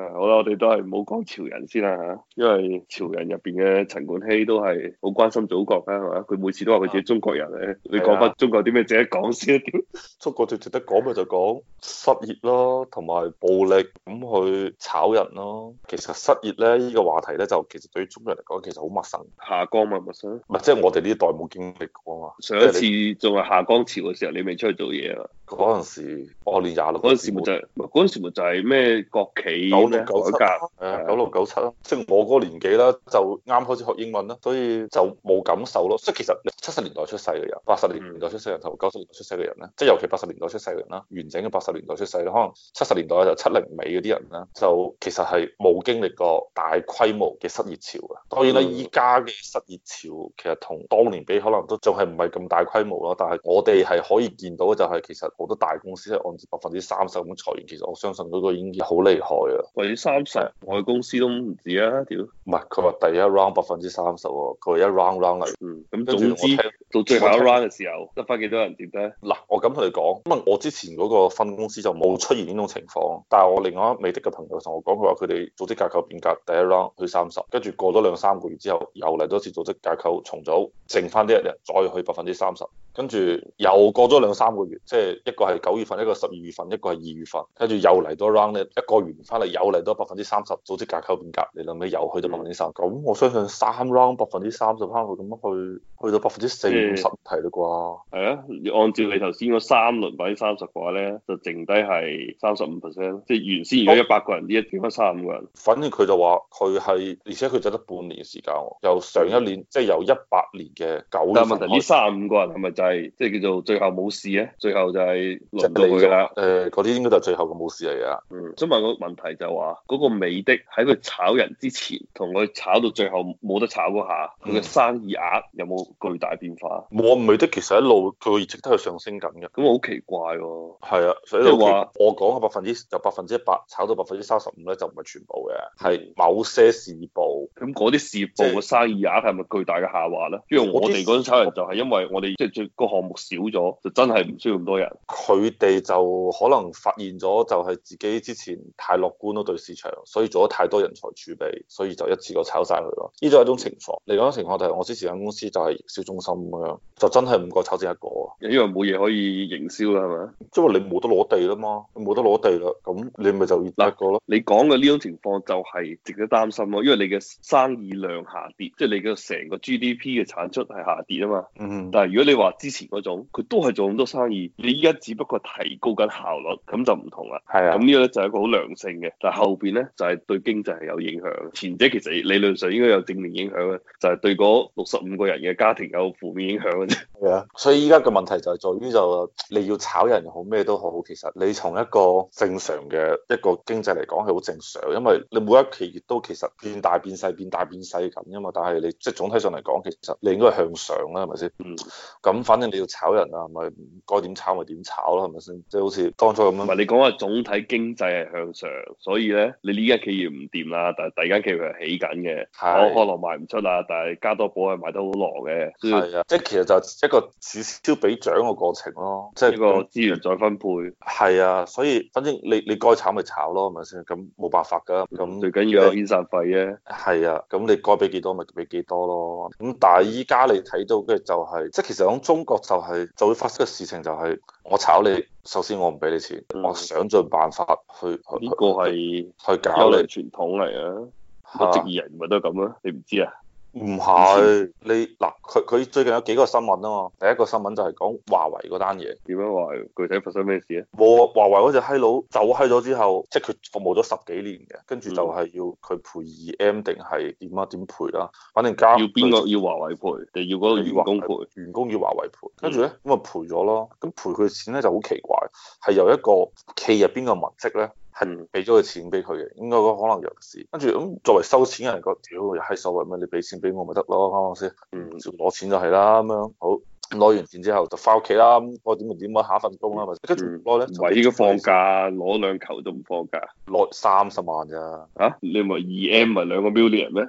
我哋都係冇講潮人先啦嚇，因為潮人入邊嘅陳冠希都係好關心祖國㗎係嘛，佢每次都話佢自啊己中國人咧，你講翻中國有啲咩值得講先啊？屌中國最值得講嘅就講失業咯，同埋暴力咁去炒人咯。其實失業咧呢個話題咧，就其實對於中國人嚟講其實好陌生，下崗咪咪想，唔係即係我哋呢代冇經歷過啊嘛。上一次仲係下崗潮嘅時候，你未出去做嘢啊？嗰陣時，我連廿六嗰陣時咪就係嗰陣時咪就係咩國企九咩六九七改啦革，誒九六九七啦，即係我嗰個年紀啦，就啱開始學英文啦，所以就冇感受咯。即係其實你七十年代出世嘅人，八十年代出世嘅人同九十年代出世嘅人咧，即係尤其八十年代出世嘅人啦，完整嘅八十年代出世啦，可能七十年代就七零尾嗰啲人啦，就其實係冇經歷過大規模嘅失業潮啊嘅。當然啦，嗯依家嘅失業潮其實同當年比，可能都仲係唔係咁大規模咯。但係我哋係可以見到嘅就係，其實好多大公司係按百分之三十咁裁員，其實我相信嗰個已經好厲害啦。或者三十，我哋公司都唔止啊！屌，唔係，佢話第一 round 百分之三十喎，佢話一 round round 啊嚟。嗯，咁跟總住我之聽到最後一我聽 round 嘅時候，得翻幾多人接得？嗱，我咁同你講，因為我之前嗰個分公司就冇出現呢種情況，但係我另外一美的嘅朋友同我講，佢話佢哋組織架構變革第一 round 去三十，跟住過咗兩三個月之後，又嚟多次組織架構重組，剩翻啲人再去百分之三十，跟住又過咗兩三個月，即係一個係九月份，一個十二月份，一個係二月份，跟住又嚟多 round 咧，一個月翻嚟又嚟多百分之三十組織架構變革，你諗起又去到百分之三十，咁我相信三 round 百分之三十，翻去咁樣去去到百分之四五十提啦啩。係啊，按照你頭先嗰三輪百分之三十嘅話咧，就剩低係三十五 percent，即係原先如果一百個人，呢一點翻三十五個人。反正佢就話佢係，而且佢就得半年時間喎，由上一年即係由一八年嘅九但係月問份題呢開始三十五個人係咪就係即係叫做最後冇事咧？最後就係輪到就佢㗎啦。誒嗰啲應該就係最後嘅冇事嚟㗎。嗯，想問個問題就係話嗰、個美的喺佢炒人之前，同佢炒到最後冇得炒嗰下，佢嘅嗯生意額有冇巨大變化？我唔係的，其實一路佢個業績都係上升緊嘅。咁我好奇怪喎、係啊，所以即係我話我講嘅百分之由百分之一百炒到百分之三十五咧，就唔係全部嘅，係某些事部。咁嗰啲事業部嘅生意額係咪巨大嘅下滑咧？因為我哋嗰陣炒人就係因為我哋即係最個項目少咗，就真係唔需要咁多人。佢哋就可能發現咗，就係自己之前太樂觀咯對市場，所以做咗太多人才儲備，所以就一次過炒晒佢咯。呢種係一種情況。另外一種情況就係我之前間公司就係營銷中心咁樣，就真係五個炒正一個啊，因為冇嘢可以營銷啦，係咪？因為你冇得攞地啦嘛，你冇得攞地啦，咁你咪就要得一個咯。你講嘅呢種情況就係值得擔心咯，因為你嘅生意量下跌，即係你嘅成個 GDP 嘅產出係下跌啊嘛。嗯，但係如果你話之前嗰種，佢都係做咁多生意，你依家只不過提高緊效率，咁就唔同啦。係咁啊，呢個咧就係一個好良性嘅，但係後邊咧就係、對經濟係有影響。前者其實理論上應該有正面影響嘅，就係、對嗰六十五個人嘅家庭有負面影響嘅啫。係啊。所以依家嘅問題就係在於就你要炒人又好咩都好，其實你從一個正常嘅一個經濟嚟講係好正常，因為你每一企業都其實變大變細變大變細咁㗎嘛。但係你即係總體上嚟講，其實你應該係向上啦，係咪先？嗯，咁反正你要炒人啊，咪該點炒咪點炒咯，係咪先？即係好似當初咁同樣埋。你講話總體經濟係向上，所以咧你呢間企業唔掂啦，但係第二間企業係起緊嘅。係可可樂賣唔出啦，但係加多寶係賣得好狼嘅，所以係啊，即係其實就係一個此消彼長嘅過程咯，即係呢個資源再分配，係啊，所以反正你你該炒咪炒咯，係咪先？咁冇辦法㗎，咁最緊要有遣散費啫。係啊，咁你該俾幾多咪俾幾多咯。咁但係依家你睇到嘅就係、即係其實講中國就係、就會發生嘅事情就係、我炒你，首先我唔俾你錢，嗯我想盡辦法去去呢個係去搞優良你，傳統嚟啊，嚇我職業人咪都係咁啊，你唔知啊？唔係你嗱佢佢最近有幾個新聞啊嘛，第一個新聞就係講華為嗰單嘢。點樣話？具體發生咩事啊？冇啊！華為嗰只閪佬走閪咗之後，即係佢服務咗十幾年嘅，跟住就係要佢賠二 M 定係點啊點賠啦，反正加要邊個要華為賠，定要嗰個員工賠？員工要華為賠，跟住咧嗯咁啊賠咗咯，咁賠佢嘅錢咧就好奇怪，係由一個企入邊嘅文職咧。係嗯俾咗佢錢俾佢嘅，應該講可能有事。跟住咁作為收錢嘅人講，屌又閪所謂咩？你俾錢俾我咪得咯，啱唔啱先？嗯，照攞錢就係啦，咁樣好。攞完錢之後就翻屋企啦，咁我點就點啊，下一份工啦，咪跟住嗯攞咧，唔係應該放假攞兩球都唔放假攞三十萬咋？二啊？你咪二 M 咪兩個 million 咩？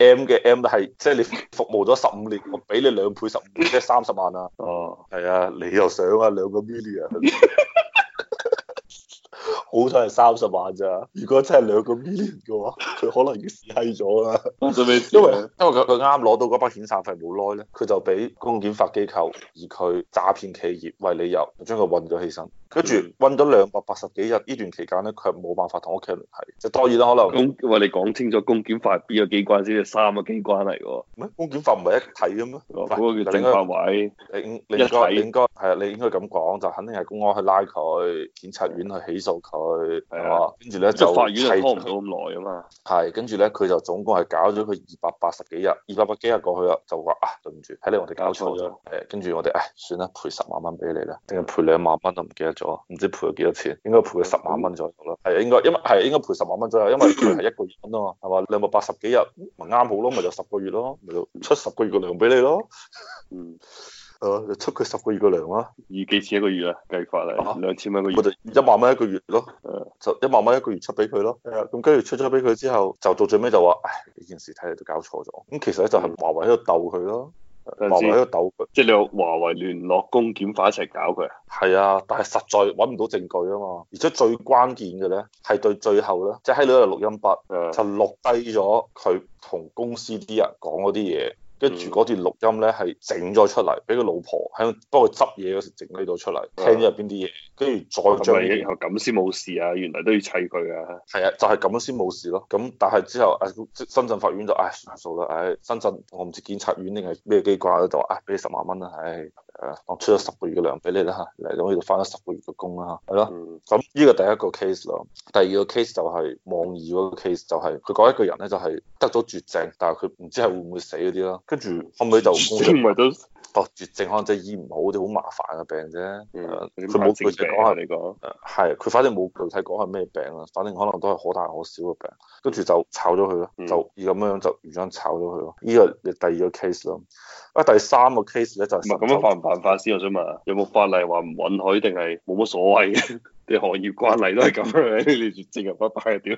M 嘅 M 係即係你服務咗十五年，我俾你兩倍十五，即係三十萬啊！哦，係啊，你又想啊兩個 million？ 好彩係三十萬咋，如果真係兩個 million 嘅話，佢可能已經死閪咗啦。啊最尾因為因為佢佢啱攞到嗰筆遣散費冇耐咧，佢就俾公檢法機構以佢詐騙企業為理由，將佢韞咗起身。跟住嗯韞咗兩百八十幾日，呢段期間咧，佢係冇辦法同屋企人聯繫。即係當然啦，可能公，喂你講清楚公檢法係邊個機關先？三個機關嚟喎，咩公檢法唔係一體嘅咩？啊嗰個叫政法委。你應你一應該體你應該係啊，你應該咁講，就肯定係公安去拉佢，檢察院去起訴佢，係係啊嘛？跟住咧即就係法院係砌拖唔到咁耐啊嘛，係，跟住咧佢就總共係搞咗佢二百八十幾日，二百八幾日過去啦，就話啊對唔住，睇嚟我哋搞錯搞錯咗，誒跟住我哋誒算啦，賠十萬蚊俾你啦，定係賠兩萬蚊都唔記得咗，唔知賠咗幾多錢，應該啊賠咗十萬蚊左右啦，係應該因為係應該賠十萬蚊左右，因為佢係一個月啊嘛，係嘛兩百八十幾日咪啱好咯，咪就十個月咯，咪就出十個月個糧俾你咯，嗯，誒就出佢十個月個糧啊啦，以幾錢一個月啊？計法啊嚟，兩千蚊一個月我。就一萬蚊一個月咯嗯，就一萬蚊一個月出俾佢咯。係啊，咁跟住出咗俾佢之後，就到最尾就話，唉，呢件事睇嚟都搞錯咗。咁其實咧就嗯係華為喺度鬥佢咯，等華為陣先喺度鬥佢。即係你話華為聯絡公檢法一齊搞佢啊？係啊，但係實在揾唔到證據啊嘛。而且最關鍵嘅咧係對最後咧，即係喺度嘅錄音筆就誒，錄低咗佢同公司啲人講嗰啲嘢。跟嗯住嗰段錄音咧係整咗出嚟，俾佢老婆喺度幫佢執嘢嗰時整呢度出嚟，聽咗入邊啲嘢，跟住再嗯係將咪呢啲以後咁先冇事啊？原來都要砌佢啊！係啊，就係咁樣先冇事咯。咁但係之後，啊即深圳法院就唉算數啦，唉深圳我唔知檢察院定係咩機關咧，就話唉俾你十萬蚊啦，唉誒我出咗十個月嘅糧俾你啦嚇，嚟到呢度翻咗十個月嘅工啦嚇，係咯。嗯，咁呢個第一個 case 咯，第二個 case 就係網易嗰個 case，就係佢講一個人咧就係得咗絕症，但係佢唔知係會唔會死嗰啲啦。跟住後尾就公唔眾係都哦絕症可能真係醫唔好啲好麻煩嘅病啫，係啊佢佢冇具正體病講係啊！你講係，佢反正冇具體講係咩病啦，反正可能都係可大可小嘅病，跟住就炒咗佢咯，嗯就以咁樣就原樣炒咗佢咯。呢個第二個 case 咯，啊第三個 case 咧就唔係係咁樣神州犯唔犯法先？我想問啊，有冇法例話唔允許定係冇乜所謂 嘅？啲行業慣例都係咁樣，你絕症又拜拜啊！屌，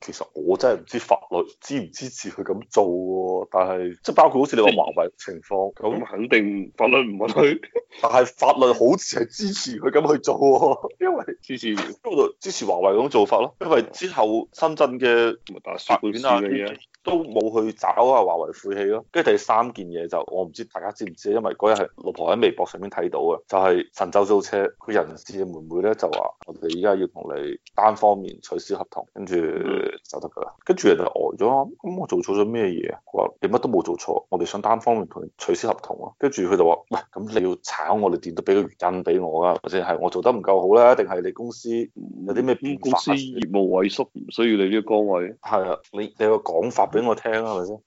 其實我真係唔知法律支唔支持佢咁做喎，但係即係包括好似你話華為情況咁咁，啊肯定法律唔允許，但係法律好似係支持佢咁去做喎，因為黐線，因為 我就支持華為咁做法咯，因為之後深圳嘅。咪打輸法官院司啊嘅嘢。都冇去找啊華為晦氣咯。跟住第三件嘢就我唔知大家知唔知，因為嗰日係老婆喺微博上面睇到啊，就係、神州租車佢人事嘅妹妹咧就話：我哋而家要同你單方面取消合同，跟住嗯就得㗎啦。跟住人就呆咗，咁我做錯咗咩嘢啊？佢話你乜都冇做錯，我哋想單方面同你取消合同啊。跟住佢就話：喂，咁你要炒我哋店都俾個原因俾我啊，或者係我做得唔夠好咧，定係你公司有啲咩變咁嗯化公司業務萎縮，唔需要你呢個崗位。係啊，你你有個講法俾我聽啊，係咪先？誒，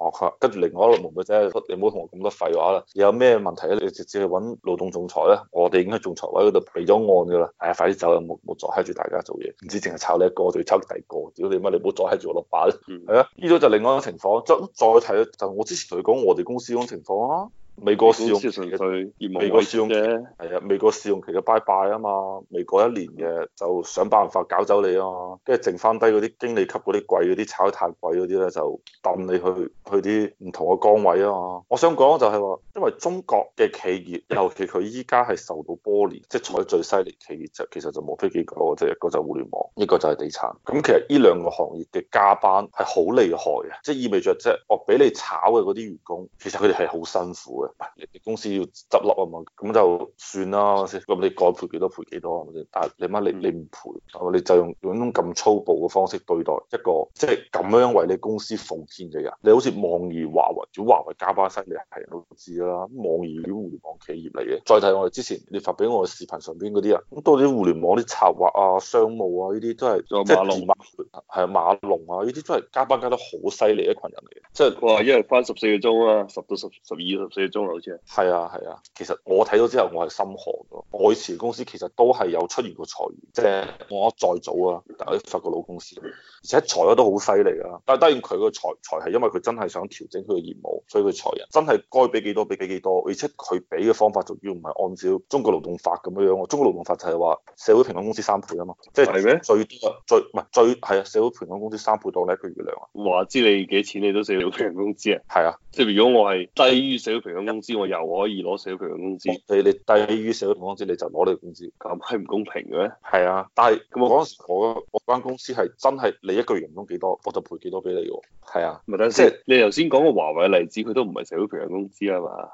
我佢話跟住另外一個妹妹仔，你唔好同我咁多廢話啦。有咩問題咧？你直接去揾勞動仲裁咧，我哋已經喺仲裁委嗰度備咗案㗎啦。係啊，快啲走啦，冇冇阻閪住大家做嘢。唔知淨係炒你一個，仲要炒第二個。屌你媽！你唔好阻閪住我落板。嗯係啊，呢種就另外一種情況。再再睇就我之前同你講，我哋公司嗰種情況啦。美國公試用司期純嘅粹業務美國萎試用縮期啫。係啊，美國試用期嘅拜拜啊嘛，美國一年嘅就想辦法搞走你啊嘛，跟住剩翻低嗰啲經理級嗰啲貴嗰啲炒得太貴嗰啲咧，就揼你去去啲唔同嘅崗位啊嘛。我想講就係話，因為中國嘅企業，尤其佢依家係受到波連，即係採最犀利企業就其實就無非幾個嘅啫，一個就係互聯網，一個就係地產。咁其實呢兩個行業嘅加班係好厲害嘅，即係意味着即係我俾你炒嘅嗰啲員工，其實佢哋係好辛苦嘅。你哋公司要執笠啊嘛，咁就算啦，係咪先咁你該賠幾多賠幾多係咪先？但係你媽嗯你你唔賠，係咪你就用用一種咁粗暴嘅方式對待一個即係咁樣為你公司奉獻嘅人。你好似網易、華為，主華為加班犀利係人都知啦，網易啲互聯網企業嚟嘅。再睇我哋之前你發俾我嘅視頻上邊嗰啲人，咁多啲互聯網啲策劃啊、商務啊呢啲都係仲有即係馬龍自馬係馬龍啊呢啲都係加班加得好犀利一群人嚟嘅，即係。哇！一日翻十四個鐘啊，十到十十二、十四個鐘啊，好似係啊係啊，其實我睇到之後我係心寒咯。我以前公司其實都係有出現過裁員，即係我再早啊，但係法國老公司，而且裁咗都好犀利啊。但係當然佢個裁裁係因為佢真係想調整佢嘅業務，所以佢裁人真係該俾幾多俾幾幾多，而且佢俾嘅方法仲要唔係按照中國勞動法咁樣樣喎。中國勞動法就係話社會平均工資三倍啊嘛，即係咩係最多最唔係最係啊社會平均工資三倍當你一個月糧啊，係話知你幾錢，你都社會平均工資啊。係啊。即係如果我係低於社會平均工資，我又可以攞社會保障工資，你你低於社會保障工資，你就攞你嘅工資。咁係唔公平嘅咩？係啊，但係咁我我嗰陣時我我間公司係真係你一個月人工幾多，我就賠幾多俾你喎。係啊，咪等即先係，你頭先講個華為例子，佢都唔係社會保障工資啊嘛，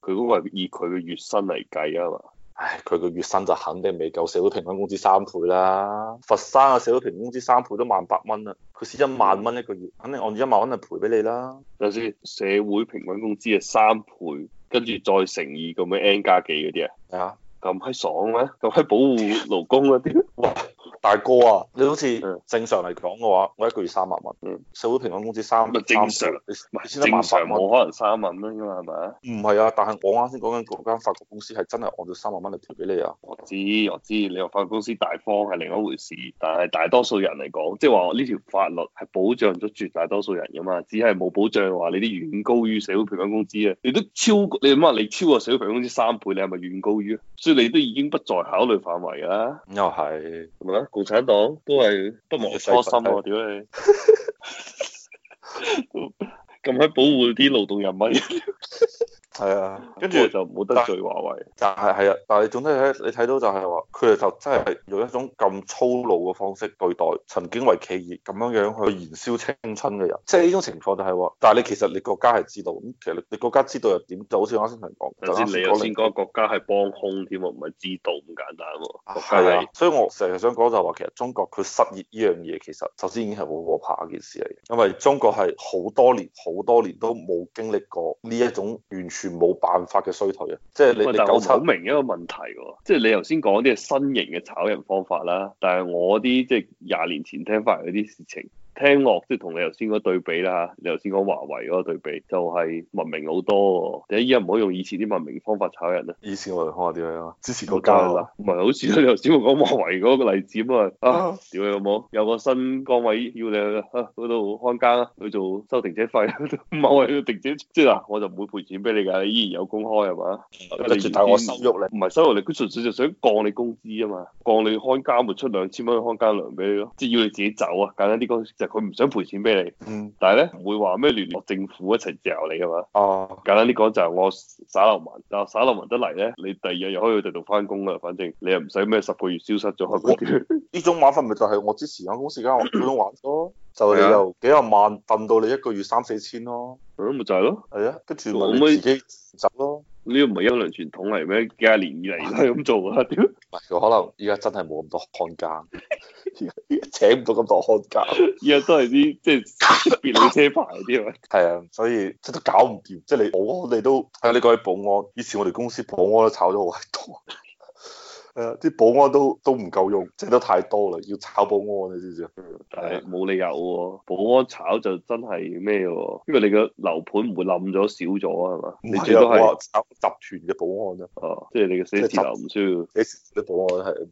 佢嗰個係以佢嘅月薪嚟計啊嘛。唉，佢個月薪就肯定未夠社會平均工資三倍啦。佛山嘅社會平均工資三倍都萬八蚊啦，佢先一萬蚊一個月，嗯肯定按住一萬蚊嚟賠俾你啦。等下先，社會平均工資係三倍，跟住再乘以咁樣 n 加幾嗰啲啊，係啊。咁閪爽咩？咁閪保護勞工嗰啲，大哥啊，你好似嗯正常嚟講嘅話，我一個月三萬蚊，嗯社會平均工資三咪正常三你唔你係先正得萬八常蚊，冇可能三萬蚊噶嘛，係咪？唔係啊！但係我啱先講緊嗰間法國公司係真係按照三萬蚊嚟賠俾你啊！我知我知，你話法律公司大方係另一回事，但係大多數人嚟講，即係話呢條法律係保障咗絕大多數人噶嘛，只係冇保障話你啲遠高於社會平均工資啊，你都超過你乜你超過社會平均工資三倍，你係咪遠高於啊？所以你都已經不在考慮範圍㗎啦，又係係咪啊？共產黨都係不忘初心喎，屌 你！咁喺保護啲勞動人民，係啊，跟跟住住就唔好得罪華為。但係係啊，但係總體睇你睇到就係話，佢哋就真係用一種咁粗魯嘅方式對待曾經為企業咁樣樣去燃燒青春嘅人，即係呢種情況就係話，但係你其實你國家係知道，咁其實你國家知道又點？就好似我啱先同你講，就首先啱你先頭講先講國家係幫兇添喎，唔係知道咁簡單喎。國家係係啊，所以我成日想講就係話，其實中國佢失業呢樣嘢，其實首先已經係好可怕嘅一件事嚟嘅，因為中國係好多年、好多年都冇經歷過呢一種完全冇辦法嘅衰退啊！即係你喂你但係我九唔好七明一個問題喎，即係你頭先講啲係新型嘅炒人方法啦，但係我啲即係廿年前聽翻嚟嗰啲事情，聽落即係同你頭先嗰對比啦嚇，你頭先講華為嗰個對比就係、文明好多喎，點解依家唔好用以前啲文明方法炒人啊咧？以前我哋講下點樣啊？支持國國家啊！唔係好似你頭先我講華為嗰個例子咁啊，啊啊屌你老母，有個新崗位要你去啊嗰度看更啊，去做收停車費， 唔係我係要停車，即係嗱，我就唔會賠錢俾你㗎，你依然有工開係嘛？跟住但係我羞辱唔你，係收入嚟，佢純粹就想降你工資啊嘛，降你看更咪出兩千蚊看更糧俾你咯，即係要你自己走啊。簡單啲講就係佢唔想賠錢俾你，嗯但係咧唔會話咩聯絡政府一齊嚼你啊嘛。啊，簡單啲講就係我耍流氓，但係耍流氓得嚟咧，你第二日又可以去第度翻工啦。反正你又唔使咩十個月消失咗我跟住呢種玩法咪就係我之前間公司間 我嗰種玩法咯，就你係啊由幾廿萬掟到你一個月三四千咯，咁咪就係咯。係啊，跟住我咪妹你自己走咯。呢個唔係優良傳統嚟咩？幾廿年以嚟都係咁做啊！屌，唔係，佢可能依家真係冇咁 多看更，請唔到咁多看更，依家都係啲即係特別女車牌嗰啲啊。係啊，所以即係都搞唔掂。即係你保安，你都係啊你講起保安，以前我哋公司保安都炒咗好閪多。 係啊，啲保安都都唔夠用，即係都太多啦，要炒保安你知唔知啊？但係冇理由喎、保安炒就真係咩喎？因為你個樓盤唔會冧咗少咗啊，係嘛？唔你最係多啊，我係話炒集團嘅保安啊，哦，即係你嘅寫字樓唔需要。你啲保安係